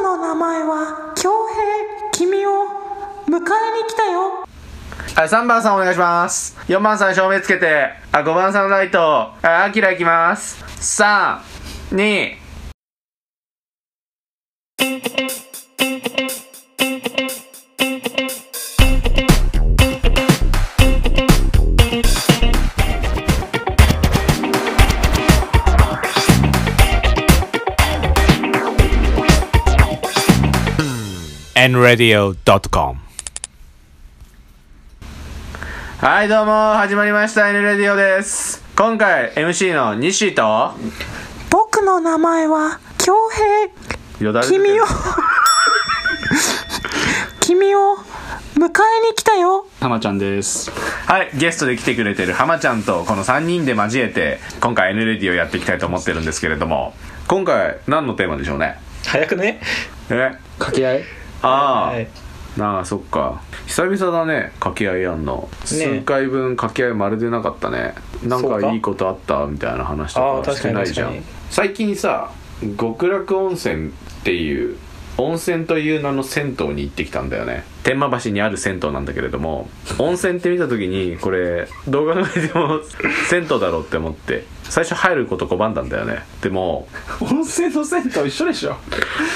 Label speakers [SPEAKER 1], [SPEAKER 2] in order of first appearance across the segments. [SPEAKER 1] の名前は恭平君を迎えに来たよ
[SPEAKER 2] はい、3番さんお願いします。4番さん照明つけて、あ、5番さんライト、あ、アキラいきます。3、2、
[SPEAKER 3] nradio.com
[SPEAKER 2] はい、どうも、始まりました、N レディオです。今回、MC の西と、
[SPEAKER 1] 僕の名前は恭平
[SPEAKER 2] よだれ出てる
[SPEAKER 1] 君を君を迎えに来たよ
[SPEAKER 4] たまちゃんです
[SPEAKER 2] はい、ゲストで来てくれてる浜ちゃんと、この3人で交えて、今回 N レディオやっていきたいと思ってるんですけれども、今回、何のテーマでしょうね。
[SPEAKER 5] 早くね
[SPEAKER 2] え
[SPEAKER 4] 掛け合い
[SPEAKER 2] ああ、
[SPEAKER 5] はい
[SPEAKER 2] なあそっか久々だね掛け合いやんの、数回分掛け合いまるでなかったねなん
[SPEAKER 5] そう
[SPEAKER 2] か
[SPEAKER 5] か
[SPEAKER 2] いいことあったみたいな話と
[SPEAKER 5] あー
[SPEAKER 2] か
[SPEAKER 5] 確
[SPEAKER 2] し
[SPEAKER 5] か
[SPEAKER 2] て
[SPEAKER 5] に
[SPEAKER 2] ないじゃ
[SPEAKER 5] 確
[SPEAKER 2] ん
[SPEAKER 5] か
[SPEAKER 2] 最近さ極楽温泉っていう温泉という名の銭湯に行ってきたんだよね天満橋にある銭湯なんだけれども温泉って見た時にこれどう考えても 銭湯だろうって思って最初入ること拒んだんだよねでも
[SPEAKER 4] 温泉と銭湯一緒でしょ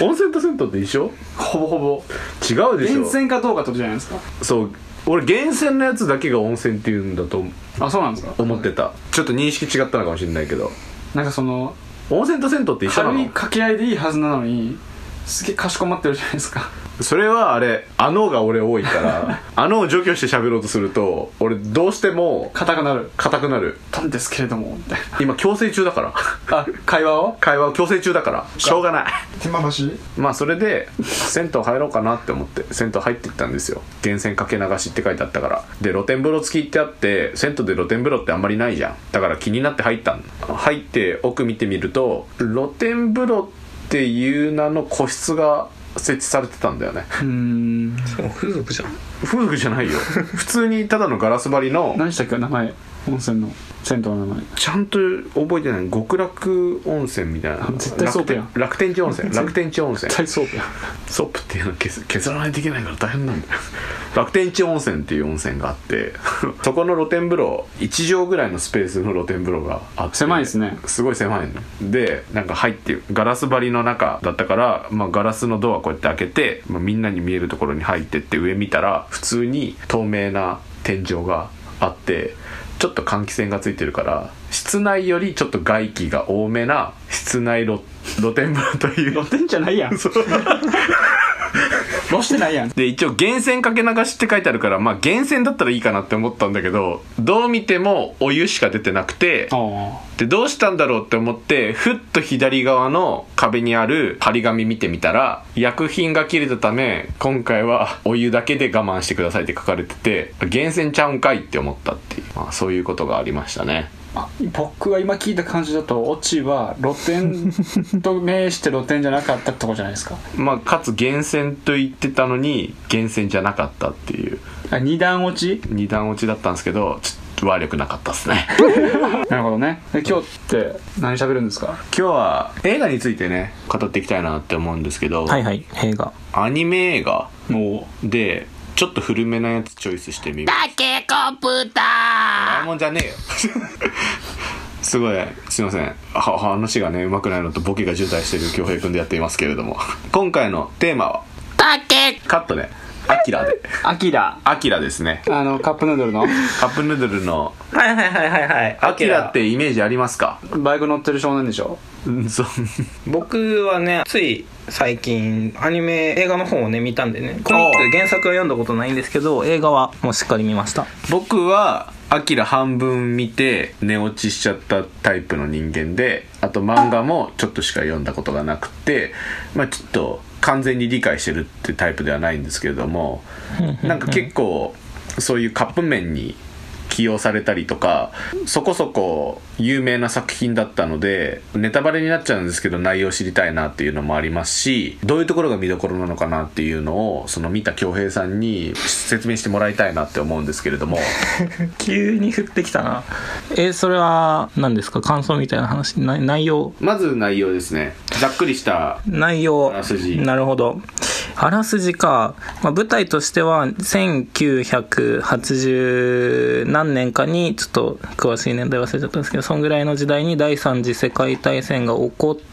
[SPEAKER 2] 温泉と銭湯って一緒
[SPEAKER 4] ほぼほぼ
[SPEAKER 2] 違うでしょ
[SPEAKER 4] 源泉かどうかってことじゃないですか
[SPEAKER 2] そう俺源泉のやつだけが温泉っていうんだと
[SPEAKER 4] あそうなんですか
[SPEAKER 2] 思ってたちょっと認識違ったのかもしれないけど
[SPEAKER 4] なんかその
[SPEAKER 2] 温泉と銭湯って一緒な
[SPEAKER 4] 軽い
[SPEAKER 2] の
[SPEAKER 4] 掛け合いでいいはずなのにすげえかしこまってるじゃないですか
[SPEAKER 2] それはあれ「あの」が俺多いから あのを除去して喋ろうとすると俺どうしても
[SPEAKER 4] 硬くなる
[SPEAKER 2] 硬くなる
[SPEAKER 4] なんですけれどもみたい
[SPEAKER 2] 今矯正中だから
[SPEAKER 4] なあ会話を
[SPEAKER 2] 会話を矯正中だからしょうがない
[SPEAKER 4] 手間橋
[SPEAKER 2] まあそれで銭湯入ろうかなって思って銭湯入ってったんですよ源泉かけ流しって書いてあったからで露天風呂付きってあって銭湯で露天風呂ってあんまりないじゃんだから気になって入ったん入って奥見てみると露天風呂っていう名の個室が設置されてたんだよね
[SPEAKER 4] うーん
[SPEAKER 5] でも風俗じゃん
[SPEAKER 2] 風俗じゃないよ普通にただのガラス張りの
[SPEAKER 4] 何でしたっけ名前温泉の銭湯の名前
[SPEAKER 2] ちゃんと覚えてない極楽温泉みたいな
[SPEAKER 4] 絶対そうだよ
[SPEAKER 2] 楽天楽天地温泉楽天地温泉
[SPEAKER 4] 体操部や
[SPEAKER 2] ソップっていうのを削削らないといけないから大変なんだよ楽天地温泉っていう温泉があってそこの露天風呂1畳ぐらいのスペースの露天風呂があって
[SPEAKER 4] 狭いですね
[SPEAKER 2] すごい狭いのでなんか入ってガラス張りの中だったから、まあ、ガラスのドアこうやって開けて、まあ、みんなに見えるところに入ってって上見たら普通に透明な天井があってちょっと換気扇がついてるから室内よりちょっと外気が多めな室内露露天風呂という
[SPEAKER 4] 露天じゃないやん露してないやん
[SPEAKER 2] で一応源泉かけ流しって書いてあるからまあ源泉だったらいいかなって思ったんだけどどう見てもお湯しか出てなくて
[SPEAKER 4] あ
[SPEAKER 2] でどうしたんだろうって思ってふっと左側の壁にある張り紙見てみたら薬品が切れたため今回はお湯だけで我慢してくださいって書かれてて源泉ちゃうんかいって思ったっていう、まあ、そういうことがありましたね
[SPEAKER 4] あ僕は今聞いた感じだとオチは露天と銘して露天じゃなかったってことじゃないですか
[SPEAKER 2] まあかつ源泉と言ってたのに源泉じゃなかったっていう
[SPEAKER 4] あ二段落ち
[SPEAKER 2] 二段落ちだったんですけどちょっと悪くなかったですね
[SPEAKER 4] なるほどねで今日って何喋るんですか
[SPEAKER 2] 今日は映画についてね語っていきたいなって思うんですけど、
[SPEAKER 5] はいはい映画
[SPEAKER 2] アニメ映画
[SPEAKER 4] も
[SPEAKER 2] でちょっと古めなやつチョイスしてみましたドラえもんじゃねえよ すごいすいませんは話がねうまくないのとボケが渋滞してる恭平君でやっていますけれども今回のテーマは「カットね「アキラ」で
[SPEAKER 4] うアキラ
[SPEAKER 2] 「アキラ」ですね
[SPEAKER 4] あのカップヌードルの
[SPEAKER 2] カップヌードルの
[SPEAKER 5] はいはいはいはいはい
[SPEAKER 2] 「アキラ」ってイメージありますか
[SPEAKER 4] バイク乗ってる少年でしょ
[SPEAKER 2] うんそう
[SPEAKER 5] 僕はねつい最近アニメ映画の方をね見たんでねコミック原作は読んだことないんですけど映画はもうしっかり見ました
[SPEAKER 2] 僕はアキラ半分見て寝落ちしちゃったタイプの人間であと漫画もちょっとしか読んだことがなくてまあちょっと完全に理解してるってタイプではないんですけれどもなんか結構そういうカップ麺に起用されたりとかそこそこ有名な作品だったのでネタバレになっちゃうんですけど内容知りたいなっていうのもありますしどういうところが見どころなのかなっていうのをその見た恭平さんに説明してもらいたいなって思うんですけれども
[SPEAKER 5] 急に降ってきたなえーそれは何ですか感想みたいな話な内容
[SPEAKER 2] まず内容ですねざっくりした
[SPEAKER 5] 内容
[SPEAKER 2] あらすじ
[SPEAKER 5] なるほどあらすじか、まあ、舞台としては1980何年かにちょっと詳しい年代忘れちゃったんですけどそんぐらいの時代に第三次世界大戦が起こって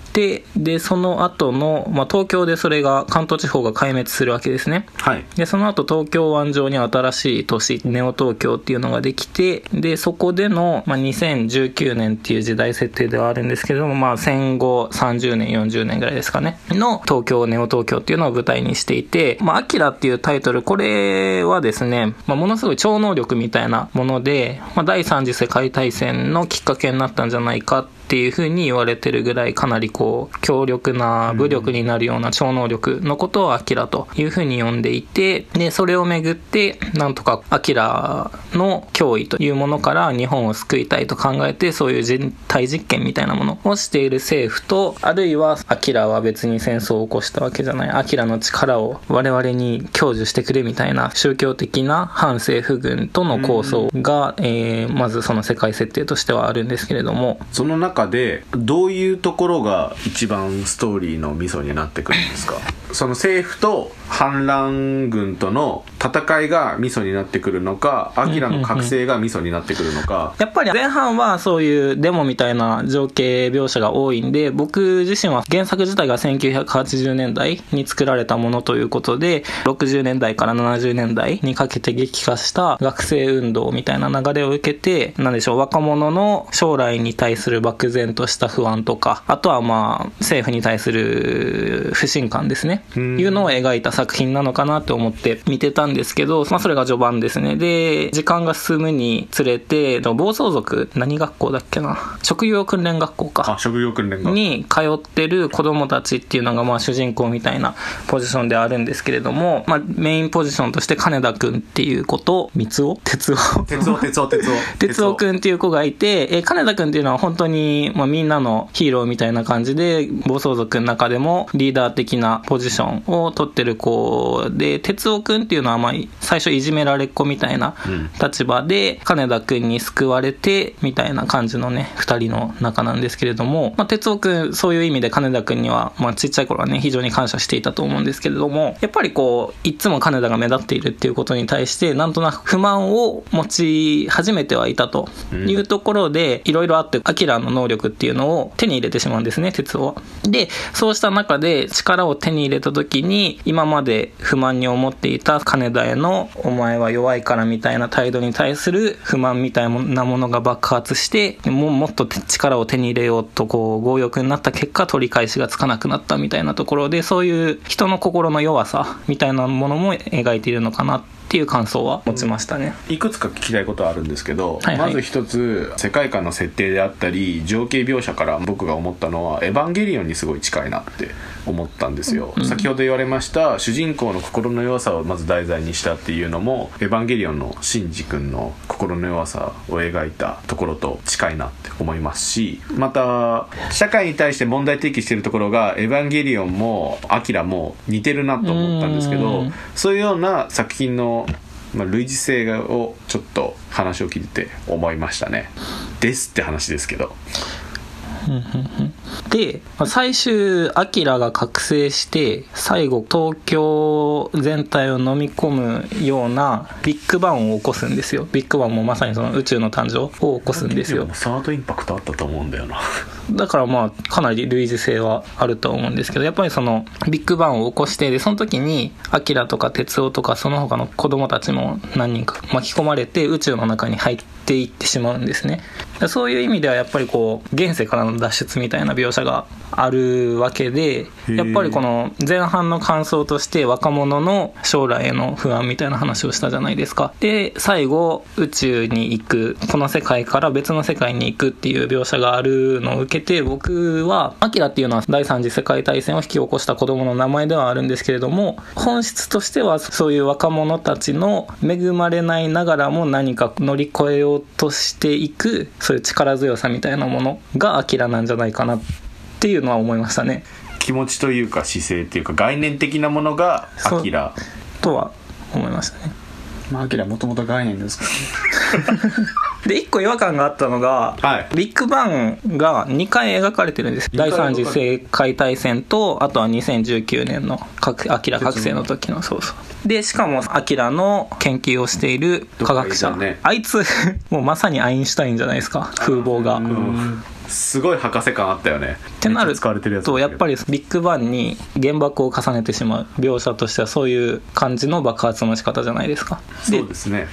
[SPEAKER 5] でその後の、まあ、東京でそれが関東地方が壊滅するわけですね
[SPEAKER 2] はい
[SPEAKER 5] でその後東京湾上に新しい都市ネオ東京っていうのができてでそこでの、まあ、2019年っていう時代設定ではあるんですけれども、まあ、戦後30年40年ぐらいですかねの東京ネオ東京っていうのを舞台にしていて「まあアキラっていうタイトルこれはですね、まあ、ものすごい超能力みたいなもので、まあ、第三次世界大戦のきっかけになったんじゃないかっていうふうに言われてるぐらいかなりこう強力な武力になるような超能力のことをアキラというふうに呼んでいてでそれをめぐってなんとかアキラの脅威というものから日本を救いたいと考えてそういう人体実験みたいなものをしている政府とあるいはアキラは別に戦争を起こしたわけじゃないアキラの力を我々に享受してくれみたいな宗教的な反政府軍との構想が、えーまずその世界設定としてはあるんですけれども
[SPEAKER 2] その中でどういうところが一番ストーリーの味噌になってくるんですか その政府と反乱軍との戦いが味噌になってくるのかアキラの覚醒が味噌になってくるのか
[SPEAKER 5] やっぱり前半はそういうデモみたいな情景描写が多いんで僕自身は原作自体が1980年代に作られたものということで60年代から70年代にかけて激化した学生運動みたいな流れを受けてなんでしょう若者の将来に対する漠然とした不安とかあとはまあ政府に対する不信感ですねいうのを描いた作品なのかなって思って見てたんですけど、まあ、それが序盤ですねで時間が進むにつれて暴走族何学校だっけな職業訓練学校
[SPEAKER 2] あ
[SPEAKER 5] か
[SPEAKER 2] 職業訓練が
[SPEAKER 5] に通ってる子供たちっていうのがまあ主人公みたいなポジションであるんですけれども、まあ、メインポジションとして金田君っていう子と三尾哲夫
[SPEAKER 2] 鉄夫鉄夫鉄夫
[SPEAKER 5] 哲夫くんっていう子がいて、えー金田くんっていうのは本当に、まあ、みんなのヒーローみたいな感じで、暴走族の中でもリーダー的なポジションを取ってる子で、哲夫くんっていうのは、まあ、最初いじめられっ子みたいな
[SPEAKER 2] うん
[SPEAKER 5] 立場で、金田くんに救われて、みたいな感じのね、二人の仲なんですけれども、まあ、哲夫くん、そういう意味で金田くんには、まあ、ちっちゃい頃はね、非常に感謝していたと思うんですけれども、やっぱりこう、いつも金田が目立っているっていうことに対して、なんとなく不満を持ち始めてはいたというところで、いろいろあって、アキラの能力っていうのを手に入れてしまうんですね、鉄を。で、そうした中で力を手に入れた時に、今まで不満に思っていた金田への、お前は弱いからみたいな態度に対する不満みたいなものが爆発して、もうもっと力を手に入れようと、こう、強欲になった結果、取り返しがつかなくなったみたいなところで、そういう人の心の弱さみたいなものも描いているのかなっていう感想は持ちましたね。
[SPEAKER 2] いくつか聞きたいことはあるんですけど、
[SPEAKER 5] はいはい
[SPEAKER 2] まず一つ世界観の設定であったり情景描写から僕が思ったのは「エヴァンゲリオン」にすごい近いなって思ったんですよ、先ほど言われました主人公の心の弱さをまず題材にしたっていうのも「エヴァンゲリオン」のシンジ君の心の弱さを描いたところと近いなって思いますしまた社会に対して問題提起してるところが「エヴァンゲリオン」も「アキラ」も似てるなと思ったんですけ
[SPEAKER 5] う
[SPEAKER 2] ど
[SPEAKER 5] ん
[SPEAKER 2] そういうような作品の、まあ、類似性をちょっと話を聞いて思いましたね。ですって話ですけど。
[SPEAKER 5] で、まあ最終、アキラが覚醒して、最後、東京全体を飲み込むようなビッグバンを起こすんですよ。ビッグバンもまさにその宇宙の誕生を起こすんですよ。
[SPEAKER 2] サードインパクトあったと思うんだよな。
[SPEAKER 5] だからまあかなり類似性はあると思うんですけどやっぱりそのビッグバンを起こしてでその時にアキラとか哲夫とかその他の子供たちも何人か巻き込まれて宇宙の中に入っていってしまうんですねでそういう意味ではやっぱりこう現世からの脱出みたいな描写があるわけで
[SPEAKER 2] へえ
[SPEAKER 5] やっぱりこの前半の感想として若者の将来への不安みたいな話をしたじゃないですかで最後宇宙に行くこの世界から別の世界に行くっていう描写があるのを受けけて、僕は、アキラっていうのは第三次世界大戦を引き起こした子供の名前ではあるんですけれども、本質としてはそういう若者たちの恵まれないながらも何か乗り越えようとしていく、そういう力強さみたいなものがアキラなんじゃないかなっていうのは思いましたね。
[SPEAKER 2] 気持ちというか姿勢というか概念的なものが「
[SPEAKER 5] そう
[SPEAKER 2] アキラ
[SPEAKER 5] とは思いましたね。
[SPEAKER 4] まあ、アキラもともと概念ですからね。
[SPEAKER 5] で1個違和感があったのが、
[SPEAKER 2] はい
[SPEAKER 5] ビッグバンが2回描かれてるんです
[SPEAKER 2] 回
[SPEAKER 5] 第3次世界大戦とあとは2019年の核アキラ覚醒の時のそうそうでしかもアキラの研究をしている科学者、
[SPEAKER 2] どっかいたね
[SPEAKER 5] あいつ もうまさにアインシュタインじゃないですか風貌が。」
[SPEAKER 2] すごい博士感あったよね
[SPEAKER 5] ってな
[SPEAKER 2] め
[SPEAKER 5] る
[SPEAKER 2] っちゃ使われてるやつ
[SPEAKER 5] とやっぱ
[SPEAKER 2] り
[SPEAKER 5] りビッグバンに原爆を重ねてしまう描写としてはそういう感じの爆発の仕方じゃないですか
[SPEAKER 2] そうですね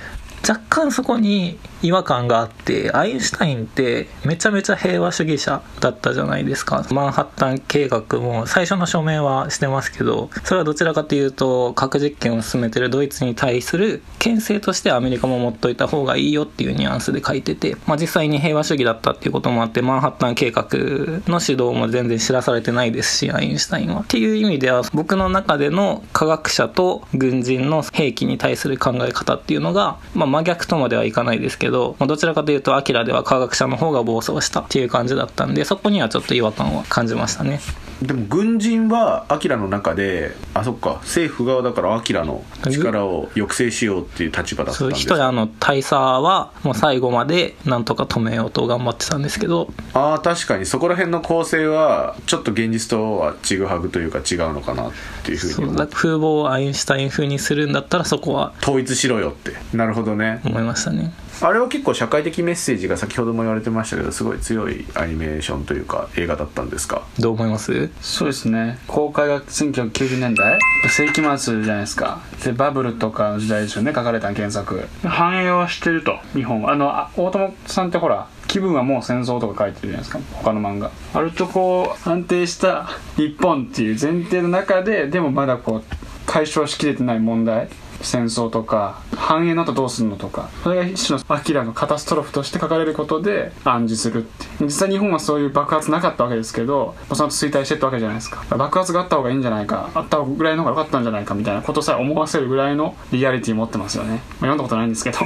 [SPEAKER 5] 若干そこに違和感があってアインシュタインってめちゃめちゃ平和主義者だったじゃないですかマンハッタン計画も最初の署名はしてますけどそれはどちらかというと核実験を進めてるドイツに対する牽制としてアメリカも持っといた方がいいよっていうニュアンスで書いてて、まあ、実際に平和主義だったっていうこともあってマンハッタン計画の指導も全然知らされてないですしアインシュタインは。っていう意味では僕の中での科学者と軍人の兵器に対する考え方っていうのが、まあ、真逆とまではいかないですけど、まあ、どちらかというとアキラでは科学者の方が暴走したっていう感じだったんでそこにはちょっと違和感を感じましたね。
[SPEAKER 2] でも軍人はアキラの中であそっか政府側だからアキラの力を抑制しようっていう立場だった
[SPEAKER 5] そ
[SPEAKER 2] ん
[SPEAKER 5] う
[SPEAKER 2] です
[SPEAKER 5] ヒト
[SPEAKER 2] あ
[SPEAKER 5] ラーの大佐はもう最後までなんとか止めようと頑張ってたんですけど
[SPEAKER 2] あー確かにそこら辺の構成はちょっと現実とはちぐはぐというか違うのかなっていうふう
[SPEAKER 5] そ
[SPEAKER 2] に
[SPEAKER 5] う
[SPEAKER 2] 思
[SPEAKER 5] だ
[SPEAKER 2] う
[SPEAKER 5] 風貌をアインシュタイン風にするんだったらそこは
[SPEAKER 2] 統一しろよってなるほどね
[SPEAKER 5] 思いましたね。
[SPEAKER 2] あれは結構社会的メッセージが先ほども言われてましたけどすごい強いアニメーションというか映画だったんですか
[SPEAKER 5] どう思います
[SPEAKER 4] そうですね公開が1990年代世紀末じゃないですかでバブルとかの時代ですよね書かれた原作繁栄はしてると日本はあのあ大友さんってほら気分はもう戦争とか書いてるじゃないですか他の漫画あるとこう安定した日本っていう前提の中ででもまだこう解消しきれてない問題戦争とか繁栄の後どうするのとかそれが一種のアキラのカタストロフとして書かれることで暗示するっていう実際日本はそういう爆発なかったわけですけどまあその後衰退してったわけじゃないですか爆発があった方がいいんじゃないかあったぐらいの方が良かったんじゃないかみたいなことさえ思わせるぐらいのリアリティ持ってますよね、まあ、読んだことないんですけ ど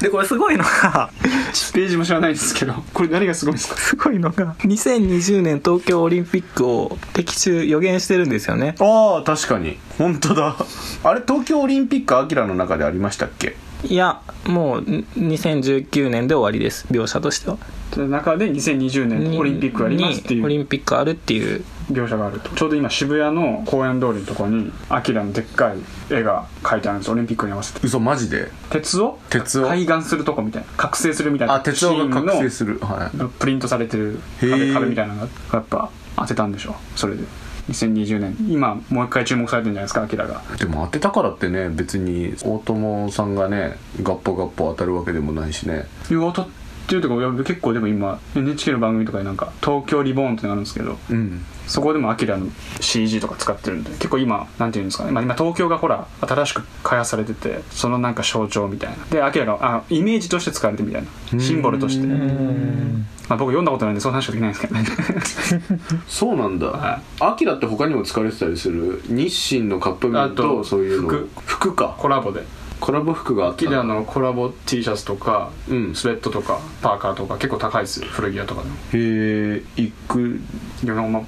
[SPEAKER 5] でこれすごいのが
[SPEAKER 4] 1ページも知らないですけどこれ何がすごいんですか
[SPEAKER 5] すごいのが2020年東京オリンピックを的中予言してるんですよね
[SPEAKER 2] ああ確かに本当だあれ東京オリンピックアキラの中でありましたっけ
[SPEAKER 5] いやもうん2019年で終わりです描写としては
[SPEAKER 4] その中で2020年オリンピックありますってい
[SPEAKER 5] にオリ
[SPEAKER 4] う
[SPEAKER 5] ンピックあるっていう
[SPEAKER 4] 描写があるとちょうど今渋谷の公園通りのとこにアキラのでっかい絵が描いてあるんですオリンピックに合わせて
[SPEAKER 2] 嘘マジで
[SPEAKER 4] 鉄を
[SPEAKER 2] 鉄を
[SPEAKER 4] 開眼するとこみたいな覚醒するみたいな
[SPEAKER 2] あ鉄道が覚醒
[SPEAKER 4] る
[SPEAKER 2] するはい
[SPEAKER 4] プリントされてる
[SPEAKER 2] へ
[SPEAKER 4] 壁
[SPEAKER 2] ー
[SPEAKER 4] 壁みたいなのがやっぱ当てたんでしょそれで2020年今もう一回注目されてるんじゃないですかアキラが
[SPEAKER 2] でも当てたからってね別に大友さんがねガッポガッポ当たるわけでもないしね
[SPEAKER 4] いや当たってるとかいや結構でも今 NHK の番組とかでなんか「東京リボーン」ってのがあるんですけど
[SPEAKER 2] うん
[SPEAKER 4] そこでもアキラの CG とか使ってるんで結構今なんていうんですかね、まあ、今東京がほら新しく開発されててそのなんか象徴みたいなでアキラがあイメージとして使われてるみたいなシンボルとしてまあ、僕読んだことないんでその話しかできないんですけどね
[SPEAKER 2] そうなんだ
[SPEAKER 4] は
[SPEAKER 2] アキラって他にも使われてたりする日清のカップ
[SPEAKER 4] あ
[SPEAKER 2] 麺と
[SPEAKER 4] と
[SPEAKER 2] そういうの
[SPEAKER 4] 服
[SPEAKER 2] 服か
[SPEAKER 4] コラボで
[SPEAKER 2] コラボ服があっ
[SPEAKER 4] ア
[SPEAKER 2] た
[SPEAKER 4] キラ
[SPEAKER 2] へ
[SPEAKER 4] のコラボ T シャツとか、
[SPEAKER 2] うん
[SPEAKER 4] スウェットとかパーカーとか結構高いですよ古着屋とかでも
[SPEAKER 2] えいく
[SPEAKER 4] いやなんかま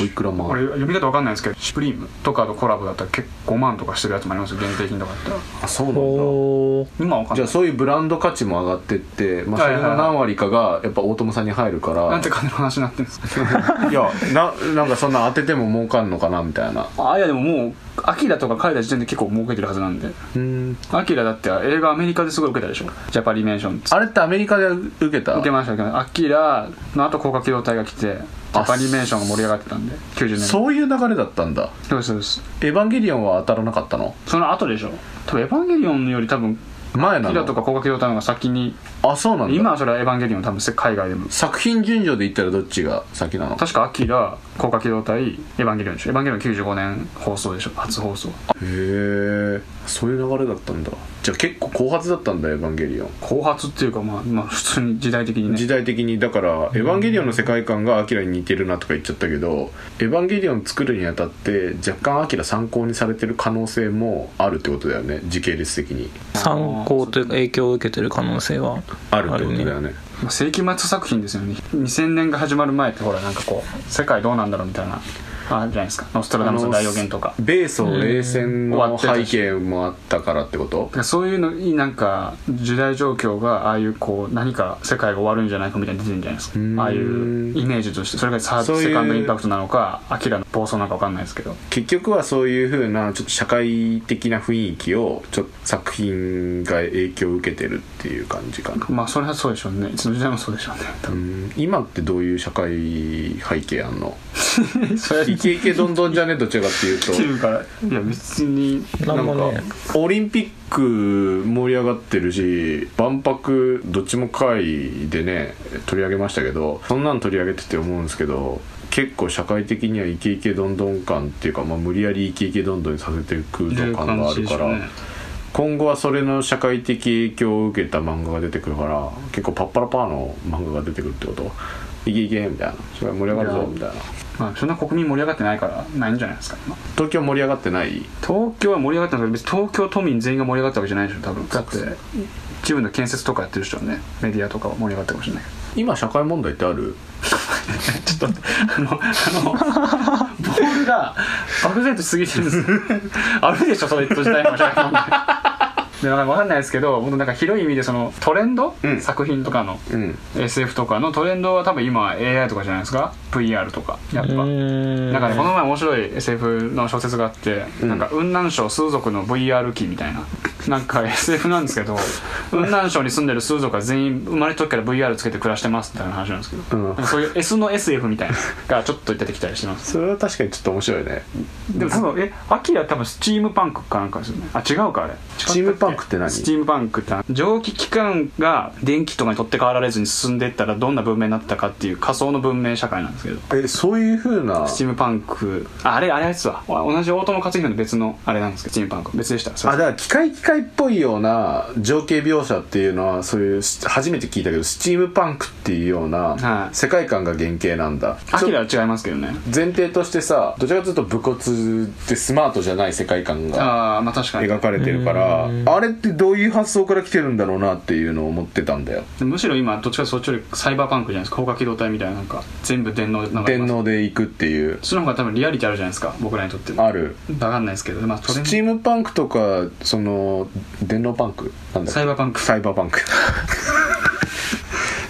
[SPEAKER 2] おいくらもあ
[SPEAKER 4] 俺読み方わかんないんですけどシュプリームとかとコラボだったら結構5万とかしてるやつもありますよ限定品とかだったら
[SPEAKER 2] あそうなんだ
[SPEAKER 5] お
[SPEAKER 4] 今はわかん
[SPEAKER 2] じ
[SPEAKER 4] な
[SPEAKER 2] ゃ
[SPEAKER 4] い
[SPEAKER 2] あそういうブランド価値も上がってって、まあ、そ
[SPEAKER 4] はい
[SPEAKER 2] れ
[SPEAKER 4] はいはい
[SPEAKER 2] の何割かがやっぱ大友さんに入るから、
[SPEAKER 4] なんて金の話になってるんですか
[SPEAKER 2] いやななんかそんな当てても儲かんのかなみたいな
[SPEAKER 4] あいやでももうアキラとか書いた時点で結構儲けてるはずなんで
[SPEAKER 2] うん
[SPEAKER 4] アキラだって映画アメリカですごい受けたでしょジャパリメーションって
[SPEAKER 2] あれってアメリカで受けた
[SPEAKER 4] 受けましたけどアキラの後高架機動隊が来てジャパリメーションが盛り上がってたんで90年代
[SPEAKER 2] そういう流れだったんだ
[SPEAKER 4] そうですそうです
[SPEAKER 2] エヴァンゲリオンは当たらなかったの
[SPEAKER 4] その後でしょ多分エヴァンゲリオンより多分
[SPEAKER 2] 前な
[SPEAKER 4] キラと
[SPEAKER 2] の
[SPEAKER 4] か高架機動隊の方が先に
[SPEAKER 2] あそうなんだ
[SPEAKER 4] 今はそれはエヴァンゲリオン多分世界外でも
[SPEAKER 2] 作品順序で言ったらどっちが先なの
[SPEAKER 4] 確かアキラ高架機動隊エヴァンゲリオンでしょエヴァンゲリオン95年放送でしょ初放送あ
[SPEAKER 2] えそういう流れだったんだじゃあ結構後発だったんだエヴァンゲリオン
[SPEAKER 4] 後発っていうかまあ、まあ、普通に時代的にね
[SPEAKER 2] 時代的にだから「エヴァンゲリオン」の世界観がアキラに似てるなとか言っちゃったけど「エヴァンゲリオン」作るにあたって若干アキラ参考にされてる可能性もあるってことだよね時系列的に
[SPEAKER 5] 参考というか影響を受けてる可能性は
[SPEAKER 2] あるってことだよね
[SPEAKER 4] まあ世紀末作品ですよね2000年が始まる前ってほらなんかこう世界どうなんだろうみたいなあるじゃないですかノストラダムスの大予言とか
[SPEAKER 2] 米ソ冷戦
[SPEAKER 4] うん
[SPEAKER 2] の背景もあったからってこと
[SPEAKER 4] だからそういうのになんか時代状況がああいうこう何か世界が終わるんじゃないかみたいに出てるんじゃないですか
[SPEAKER 2] ん
[SPEAKER 4] ああいうイメージとしてそれがサー
[SPEAKER 2] そういう
[SPEAKER 4] セカンドインパクトなのかアキラの暴走なのか分かんないですけど
[SPEAKER 2] 結局はそういうふうなちょっと社会的な雰囲気をちょっと作品が影響を受けてるっていう感じかな
[SPEAKER 4] まあそれはそうでしょうねいつの時代もそうでしょうね多
[SPEAKER 2] う
[SPEAKER 4] 分
[SPEAKER 2] ん今ってどういう社会背景あんの
[SPEAKER 4] それは
[SPEAKER 2] イケイケどんどんじゃねどちらかっていうと
[SPEAKER 4] チームからいや別に
[SPEAKER 5] なんかね
[SPEAKER 2] オリンピック盛り上がってるし万博どっちも会でね取り上げましたけどそんなん取り上げてて思うんですけど結構社会的にはイケイケどんどん感っていうか、まあ、無理やりイケイケどんどんにさせていく空間があるから、今後はそれの社会的影響を受けた漫画が出てくるから結構パッパラパーの漫画が出てくるってことイケイケみたいなそれは盛り上がるぞみたいな
[SPEAKER 4] まあ、そんな国民盛り上がってないからないんじゃないですか、まあ
[SPEAKER 2] 東京盛り上がってない
[SPEAKER 4] 東京は盛り上がったんですけど別に東京都民全員が盛り上がったわけじゃないでしょ多分だって自分の建設とかやってる人はねメディアとかは盛り上がったかもしれないけど
[SPEAKER 2] 今社会問題ってある
[SPEAKER 4] ちょっとあのあのボールが漠然としすぎてるんですよあるでしょそれと自体も社会問題 でなんか分かんないですけど本当なんか広い意味でそのトレンド、
[SPEAKER 2] うん
[SPEAKER 4] 作品とかの
[SPEAKER 2] うん
[SPEAKER 4] SF とかのトレンドは多分今 AI とかじゃないですか VR とかやっぱ、
[SPEAKER 5] ん
[SPEAKER 4] なんかね、この前面白い SF の小説があって、
[SPEAKER 2] ん
[SPEAKER 4] なんか雲南省数族の VR 機みたいななんか SF なんですけ ど雲南省に住んでる数族は全員生まれた時から VR つけて暮らしてますみたいな話なんですけど、
[SPEAKER 2] うん
[SPEAKER 4] なんかそういう S の SF みたいなのがちょっと出てきたりして ます
[SPEAKER 2] それは確かにちょっと面白いね
[SPEAKER 4] でも多分えアキラ多分スチームパンクかなんかですよねあ違うかあれ
[SPEAKER 2] スチームパンクって何
[SPEAKER 4] スチームパンクって蒸気機関が電気とかに取って代わられずに進んでいったらどんな文明になったかっていう仮想の文明社会なんですけど
[SPEAKER 2] えそういうふうな
[SPEAKER 4] スチームパンクああれあれですわ同じ大友克洋の別のあれなんですけどスチームパンク別でした
[SPEAKER 2] あだから機械機械っぽいような情景描写っていうのはそういうし初めて聞いたけどスチームパンクっていうよう
[SPEAKER 4] は
[SPEAKER 2] ない世界観が原型なんだ、
[SPEAKER 4] ア
[SPEAKER 2] ちょ
[SPEAKER 4] キラは違いますけどね
[SPEAKER 2] 前提としてさどちらかというと武骨でスマートじゃない世界観が
[SPEAKER 4] ああまあ確かに
[SPEAKER 2] 描かれてるからあれってどういう発想から来てるんだろうなっていうのを思ってたんだよ
[SPEAKER 4] むしろ今どっちかというとそっちよりサイバーパンクじゃないですか高架機動隊みたいななんか全部電脳でなんか
[SPEAKER 2] 電脳で行くっていう
[SPEAKER 4] その方が多分リアリティあるじゃないですか僕らにとっても
[SPEAKER 2] ある
[SPEAKER 4] 分かんないですけどまあそれ
[SPEAKER 2] スチームパンクとかその電脳パンクなんだっけ
[SPEAKER 4] サイバーパンク
[SPEAKER 2] サイバーパンク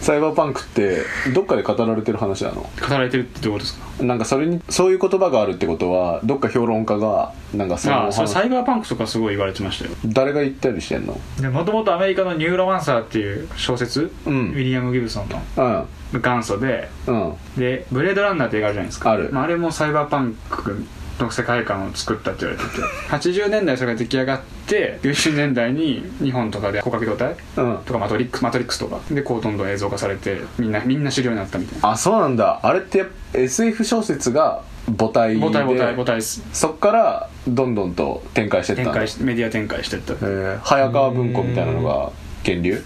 [SPEAKER 2] サイバーパンクってどっかで語られてる話なの
[SPEAKER 4] 語られてるってどういうことですか
[SPEAKER 2] なんかそれにそういう言葉があるってことはどっか評論家がなんかそ
[SPEAKER 3] あ
[SPEAKER 2] の
[SPEAKER 3] あそれサ
[SPEAKER 2] 話
[SPEAKER 3] イバーパンクとかすごい言われてましたよ
[SPEAKER 2] 誰が言ったりしてんの
[SPEAKER 3] もともとアメリカの「ニューロマンサー」っていう小説、
[SPEAKER 2] うん
[SPEAKER 3] ウィリアム・ギブソンの
[SPEAKER 2] うん
[SPEAKER 3] 元祖で
[SPEAKER 2] うん
[SPEAKER 3] で「ブレードランナー」って映画あるじゃないですか
[SPEAKER 2] ある
[SPEAKER 3] まあ、あれもサイバーパンクの世界観を作ったって言われて て80年代それが出来上がって90年代に日本とかで高架機動隊
[SPEAKER 2] うん
[SPEAKER 3] とかマトリックスマトリックスとかでこうどんどん映像化されてみんなみんな知るようになったみたいな
[SPEAKER 2] あそうなんだあれって SF 小説が母体で
[SPEAKER 3] 母体母体母体です
[SPEAKER 2] そっからどんどんと展開してった
[SPEAKER 3] 展
[SPEAKER 2] の
[SPEAKER 3] 開しメディア展開して った
[SPEAKER 2] えー早川文庫みたいなのが源流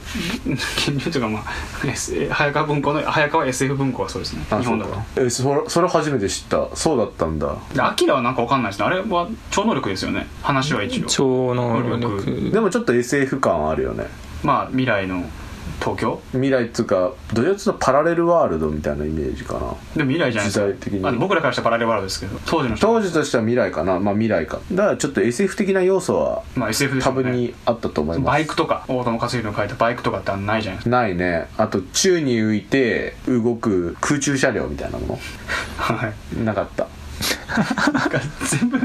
[SPEAKER 3] 金流というかまあ S- 早川文庫の早川 SF 文庫はそうですね
[SPEAKER 2] あ
[SPEAKER 3] 日本だか
[SPEAKER 2] そう
[SPEAKER 3] ら
[SPEAKER 2] かえそれそれ初めて知ったそうだったんだ
[SPEAKER 3] でアキラはなんかわかんないですねあれは超能力ですよね話は一応
[SPEAKER 5] 超能力
[SPEAKER 2] でもちょっと SF 感あるよね
[SPEAKER 3] まあ未来の東京
[SPEAKER 2] 未来っつうかどちらかというとパラレルワールドみたいなイメージかな
[SPEAKER 3] でも未来じゃないですか
[SPEAKER 2] 時代的に
[SPEAKER 3] あの僕らからしたらパラレルワールドですけど当時の人
[SPEAKER 2] 当時としては未来かなまあ未来かだからちょっと SF 的な要素は
[SPEAKER 3] まあ SF です
[SPEAKER 2] 多
[SPEAKER 3] よね
[SPEAKER 2] 分にあったと思いま
[SPEAKER 3] バ
[SPEAKER 2] す
[SPEAKER 3] イクとか大友克洋の書いたバイクとかってあんなないじゃないです
[SPEAKER 2] ないねあと宙に浮いて動く空中車両みたいなも
[SPEAKER 3] かはい
[SPEAKER 2] のなかった
[SPEAKER 3] なんか全部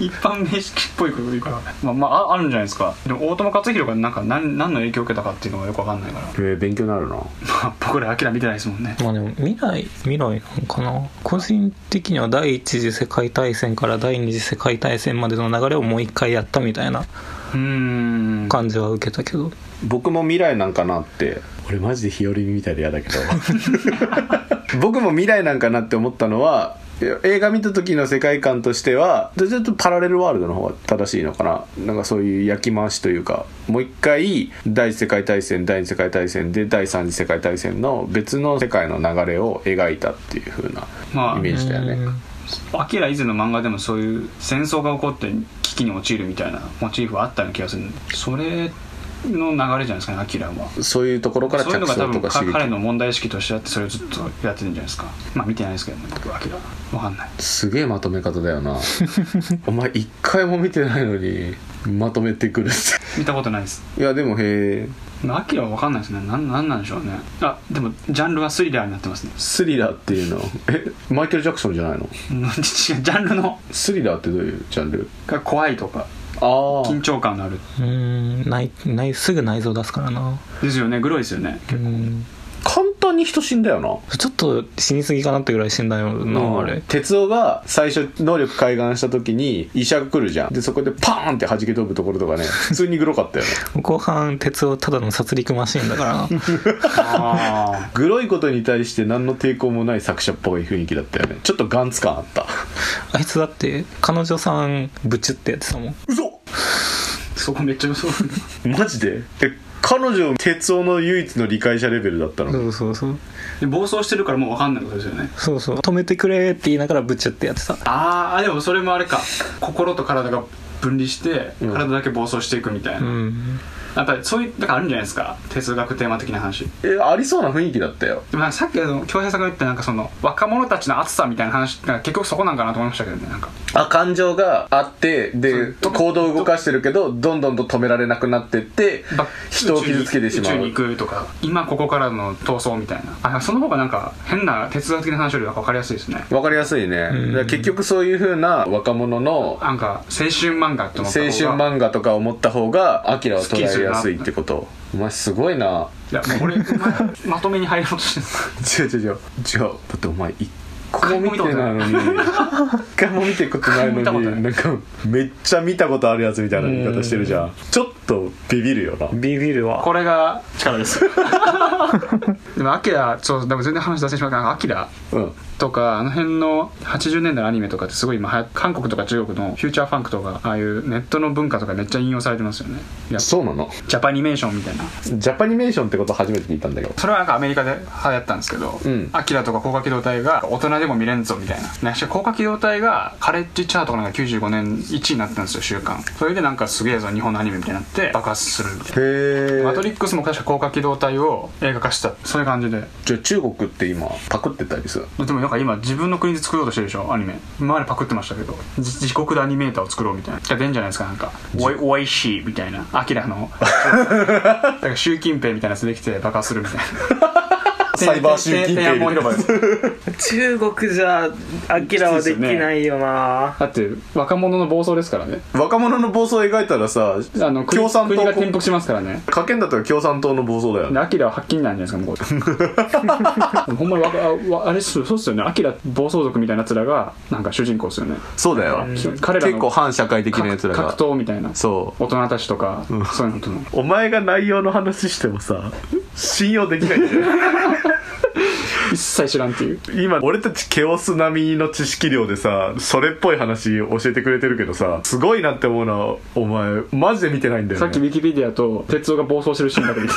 [SPEAKER 3] 一般名識っぽいこと言うからまあまあああるんじゃないですかでも大友克洋がなんか何何の影響を受けたかっていうのがよくわかんないから、
[SPEAKER 2] えー勉強になるな
[SPEAKER 3] まあ、僕らアキラ見てないですもんね
[SPEAKER 5] まあでも未来未来なのかな個人的には第一次世界大戦から第二次世界大戦までの流れをもう一回やったみたいな
[SPEAKER 3] うーん
[SPEAKER 5] 感じは受けたけど
[SPEAKER 2] 僕も未来なんかなって俺マジで日和みたいで嫌だけど 僕も未来なんかなって思ったのはいや映画見た時の世界観としてはちょっとパラレルワールドの方が正しいのかななんかそういう焼き回しというかもう一回第一次世界大戦第二次世界大戦で第三次世界大戦の別の世界の流れを描いたっていう風な
[SPEAKER 4] まあ
[SPEAKER 2] イメージだよね、
[SPEAKER 4] アキラ以前の漫画でもそういう戦争が起こって危機に陥るみたいなモチーフはあったような気がするんでそれの流れじゃないですかねアキラは
[SPEAKER 2] そういうところから
[SPEAKER 4] そういう
[SPEAKER 2] 着
[SPEAKER 4] のが多
[SPEAKER 2] 想
[SPEAKER 4] 分
[SPEAKER 2] と
[SPEAKER 4] か
[SPEAKER 2] か刺激
[SPEAKER 4] 彼の問題意識としてあってそれをずっとやってるんじゃないですかまあ見てないですけどね僕アキラわかんない
[SPEAKER 2] すげえまとめ方だよな お前一回も見てないのにまとめてくるっ
[SPEAKER 4] 見たことないです
[SPEAKER 2] ていやでもへえ
[SPEAKER 4] まあアキラはわかんないですねなんなんなんでしょうねあでもジャンルはスリラーになってますね
[SPEAKER 2] スリラーっていうのえマイケル・ジャクソンじゃないの
[SPEAKER 4] 違うジャンルの
[SPEAKER 2] スリラーってどういうジャンル
[SPEAKER 4] が怖いとか
[SPEAKER 2] あ
[SPEAKER 4] 緊張感のある
[SPEAKER 5] うんないないすぐ内臓出すからな
[SPEAKER 4] ですよねグロいですよね
[SPEAKER 5] うん
[SPEAKER 2] 簡単に人死んだよな
[SPEAKER 5] ちょっと死にすぎかなってぐらい死んだよな、あれ
[SPEAKER 2] 哲夫が最初能力開眼した時に医者が来るじゃんでそこでパーンって弾け飛ぶところとか ね普通にグロかったよね
[SPEAKER 5] 後半鉄をただの殺戮マシンだ から
[SPEAKER 4] あ
[SPEAKER 2] グロいことに対して何の抵抗もない作者っぽい雰囲気だったよねちょっとガンツ感あった
[SPEAKER 5] あいつだって彼女さんブチュってやってたもん
[SPEAKER 2] 嘘
[SPEAKER 4] あそこめっちゃ嘘
[SPEAKER 2] マジでえ彼女哲夫の唯一の理解者レベルだったの、
[SPEAKER 5] そうそうそう
[SPEAKER 4] で暴走してるからもうわかんないことですよね
[SPEAKER 5] そうそう止めてくれって言いながらブチュってやってた
[SPEAKER 4] ああでもそれもあれか心と体が分離して
[SPEAKER 2] うん
[SPEAKER 4] 体だけ暴走していくみたいな、
[SPEAKER 5] うん
[SPEAKER 4] やっぱりそういうだからあるんじゃないですか哲学テーマ的な話で
[SPEAKER 2] えありそうな雰囲気だったよ
[SPEAKER 4] もなんかさっきあの京平さんが言ったなんかその若者たちの熱さみたいな話なんか結局そこなんかなと思いましたけどねなんか
[SPEAKER 2] あ感情があってで
[SPEAKER 4] そう
[SPEAKER 2] 行動を動かしてるけどどんどんと止められなくなってって
[SPEAKER 4] ば
[SPEAKER 2] 人を傷つけてしま
[SPEAKER 4] 宇宙に
[SPEAKER 2] う
[SPEAKER 4] 行くとか今ここからの闘争みたいなあその方がなんか変な哲学的な話よりは分かりやすいですね
[SPEAKER 2] わかりやすいねだから結局そういう風な若者の
[SPEAKER 4] なんか青春漫画って
[SPEAKER 2] 青
[SPEAKER 4] 思っ
[SPEAKER 2] 春
[SPEAKER 4] た方が
[SPEAKER 2] 漫画とか思った方がアキラは捉えやすいってことお前すごいない
[SPEAKER 4] やもう俺お前まとめに入ろうとしてる
[SPEAKER 2] 違う違う違う違うだってお前一個も見てないのに一回も見てことないの
[SPEAKER 4] 一回も見たことな
[SPEAKER 2] になんかめっちゃ見たことあるやつみたいな言い方してるじゃんちょっとビビるよな
[SPEAKER 5] ビビるわ
[SPEAKER 4] これが力です でもアキラそうでも全然話出せしまったアキラ
[SPEAKER 2] うん
[SPEAKER 4] とかあの辺の80年代のアニメとかってすごい今流行っ韓国とか中国のフューチャーファンクとかああいうネットの文化とかめっちゃ引用されてますよねいやジ
[SPEAKER 2] そうなの
[SPEAKER 4] ャパニメーションみたいな
[SPEAKER 2] ジャパニメーションってこと初めて聞いたんだけど
[SPEAKER 4] それはなんかアメリカで流行ったんですけど、
[SPEAKER 2] うん
[SPEAKER 4] アキラとか高架機動隊が大人でも見れんぞみたいな。ね、高架機動隊がカレッジチャートかなんか95年1位になってたんですよ、週間。それでなんかすげえぞ、日本のアニメみたいになって爆発するみたいな。
[SPEAKER 2] へえ
[SPEAKER 4] マトリックスも確か高架機動隊を映画化した。そういう感じで。
[SPEAKER 2] じゃあ中国って今パクってたりする
[SPEAKER 4] でもなんか今自分の国で作ろうとしてるでしょ、アニメ。今までパクってましたけど、じ自国でアニメーターを作ろうみたいな。じゃあ出んじゃないですか、なんか。おい、おいしいみたいな。アキラの。なんか習近平みたいなやつできて爆発するみたいな。
[SPEAKER 2] サイバー習近平
[SPEAKER 4] 天安門広場です
[SPEAKER 5] 中国じゃアキラ
[SPEAKER 4] はできない
[SPEAKER 5] よな
[SPEAKER 4] だって若者の暴走ですからね
[SPEAKER 2] 若者の暴走を描いたらさ
[SPEAKER 4] あの国
[SPEAKER 2] 共産党
[SPEAKER 4] 国が転覆しますからね
[SPEAKER 2] かけんだったら共産党の暴走だよ
[SPEAKER 4] で
[SPEAKER 2] ね
[SPEAKER 4] アキラは発禁なんじゃないですか向こうほんまにわかあわあれそうそうっすよねアキラ暴走族みたいなやつらがなんか主人公っすよね
[SPEAKER 2] そうだよ
[SPEAKER 4] 彼らの
[SPEAKER 2] 結構反社会的なやつら
[SPEAKER 4] 格
[SPEAKER 2] が
[SPEAKER 4] 闘みたいな
[SPEAKER 2] そう
[SPEAKER 4] 大人たちとか、そういうのとの
[SPEAKER 2] お前が内容の話してもさ信用できないんだよ
[SPEAKER 4] 一切知らんっていう
[SPEAKER 2] 今俺たちケオス並みの知識量でさそれっぽい話教えてくれてるけどさすごいなって思うのはお前マジで見てないんだよ
[SPEAKER 4] さ
[SPEAKER 2] ね
[SPEAKER 4] っきウィキペディアと鉄夫が暴走してるシーン だけ見て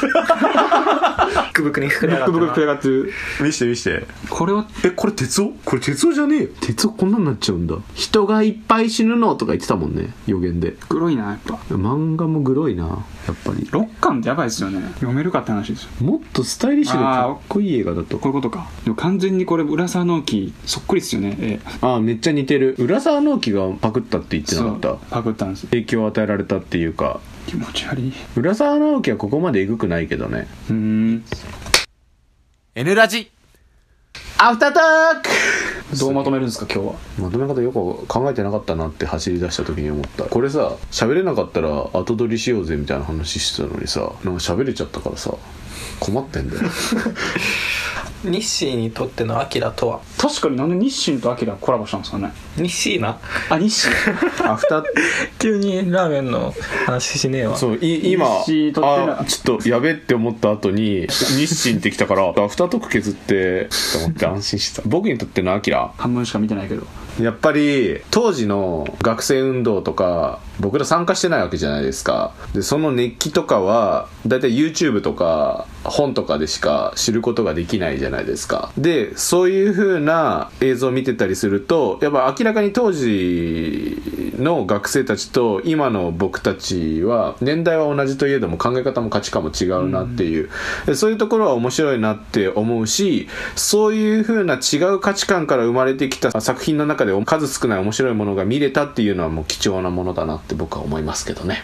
[SPEAKER 5] ブクブクに膨れ上がっ
[SPEAKER 4] ブクブク
[SPEAKER 5] たな
[SPEAKER 4] 膨れ上がってる
[SPEAKER 2] 見して見して
[SPEAKER 4] これは
[SPEAKER 2] えこれ鉄夫これ鉄夫じゃねえよ鉄夫こんなんなっちゃうんだ人がいっぱい死ぬのとか言ってたもんね予言で
[SPEAKER 4] 黒いなやっぱ
[SPEAKER 2] 漫画もグロいなやっぱり
[SPEAKER 4] 6巻ってやばいですよね読めるかって話ですよ
[SPEAKER 2] もっとスタイリッシュでかっこいい映画だと
[SPEAKER 4] こういうことかでも完全にこれ浦沢直樹そっくりっすよねえ
[SPEAKER 2] ああめっちゃ似てる浦沢直樹がパクったって言ってなかった
[SPEAKER 4] そうパクったんですよ
[SPEAKER 2] 影響を与えられたっていうか
[SPEAKER 4] 気持ち悪い
[SPEAKER 2] 浦沢直樹はここまでえぐくないけどね
[SPEAKER 4] うーん
[SPEAKER 6] N ラジ
[SPEAKER 2] アフタートー
[SPEAKER 4] どうまとめるんですか今日は
[SPEAKER 2] クまとめ方よく考えてなかったなって走り出した時に思ったこれさ喋れなかったら後取りしようぜみたいな話してたのにさなんか喋れちゃったからさ困ってんだよ
[SPEAKER 5] 日誌にとってのアキラとは
[SPEAKER 4] 確かになんで日清とアキラコラボしたんですかね
[SPEAKER 5] 日誌な
[SPEAKER 4] あ日 清
[SPEAKER 3] アフター
[SPEAKER 5] 急にラーメンの話しねえわ
[SPEAKER 2] そうい今あ
[SPEAKER 4] 日清とってな
[SPEAKER 2] ちょっとやべって思った後に日清ってきたから アフタートーク削ってと思って安心してた僕にとってのアキラ
[SPEAKER 4] 半分しか見てないけど
[SPEAKER 2] やっぱり当時の学生運動とか僕ら参加してないわけじゃないですかでその熱気とかはだいたい YouTube とか本とかでしか知ることができないじゃないですかでそういう風な映像を見てたりするとやっぱ明らかに当時の学生たちと今の僕たちは年代は同じといえども考え方も価値観も違うなっていう、でそういうところは面白いなって思うしそういう風な違う価値観から生まれてきた作品の中で数少ない面白いものが見れたっていうのはもう貴重なものだなって僕は思いますけどね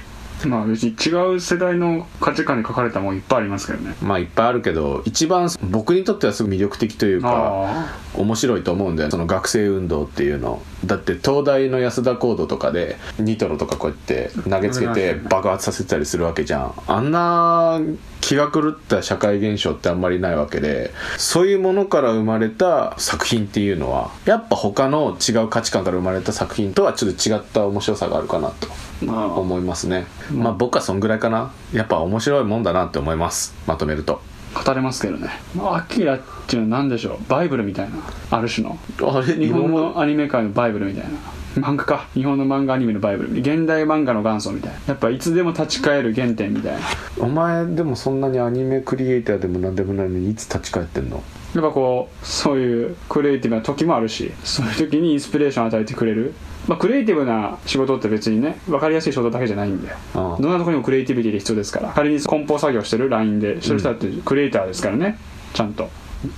[SPEAKER 4] まあ別に違う世代の価値観に書かれたもんいっぱいありますけどね
[SPEAKER 2] まあいっぱいあるけど一番僕にとってはすごく魅力的というか
[SPEAKER 4] あ
[SPEAKER 2] 面白いと思うんだよその学生運動っていうのだって東大の安田講堂とかでニトロとかこうやって投げつけて爆発させたりするわけじゃんあんな気が狂った社会現象ってあんまりないわけでそういうものから生まれた作品っていうのはやっぱ他の違う価値観から生まれた作品とはちょっと違った面白さがあるかなと
[SPEAKER 4] あまあ
[SPEAKER 2] 思いますねまあ僕はそんぐらいかなやっぱ面白いもんだなって思いますまとめると
[SPEAKER 4] 語れますけどねまあアキラっていうのは何でしょうバイブルみたいなある種の
[SPEAKER 2] あれ
[SPEAKER 4] 日本のアニメ界のバイブルみたいな漫画か日本の漫画アニメのバイブル現代漫画の元祖みたいなやっぱいつでも立ち返る原点みたいなや
[SPEAKER 2] お前でもそんなにアニメクリエイターでも何でもないのにいつ立ち返ってんの
[SPEAKER 4] っぱこうそういうクリエイティブな時もあるしそういう時にインスピレーションを与えてくれるまあクリエイティブな仕事って別にね分かりやすい仕事だけじゃないんで
[SPEAKER 2] ああ
[SPEAKER 4] どんなところにもクリエイティビティが必要ですから仮に梱包作業してる LINE でしてる人だってクリエイターですからね、ちゃんと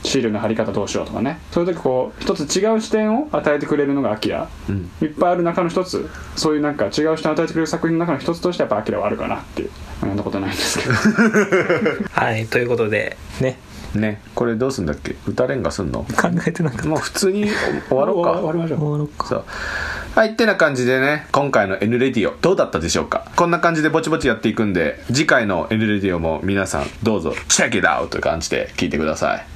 [SPEAKER 4] シールの貼り方どうしようとかねそういう時こう一つ違う視点を与えてくれるのがアキラ
[SPEAKER 2] うん
[SPEAKER 4] いっぱいある中の一つそういうなんか違う視点を与えてくれる作品の中の一つとしてやっぱアキラはあるかなっていう学んだことないんですけど
[SPEAKER 5] はいということでね
[SPEAKER 2] ねこれどうすんだっけ歌レンガすんの
[SPEAKER 5] 考えてなかっ た
[SPEAKER 2] もう普通にお終わろうか
[SPEAKER 4] 終わりましょう
[SPEAKER 5] 終わろうか
[SPEAKER 2] そうはいってな感じでね今回の N レディオどうだったでしょうかこんな感じでぼちぼちやっていくんで次回の N レディオも皆さんどうぞチェックダウという感じで聞いてください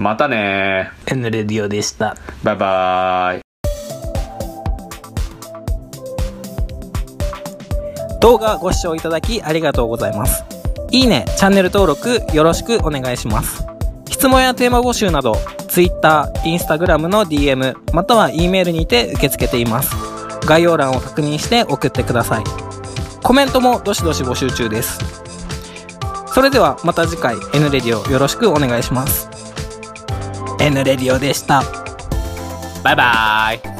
[SPEAKER 2] またね
[SPEAKER 5] N レディオでした
[SPEAKER 2] バイバーイ
[SPEAKER 5] 動画ご視聴いただきありがとうございます。いいね、チャンネル登録よろしくお願いします。質問やテーマ募集など、Twitter、Instagram の DM、または E メールにて受け付けています。概要欄を確認して送ってください。コメントもどしどし募集中です。それではまた次回 N レディオよろしくお願いします。N レディオでした。バイバイ。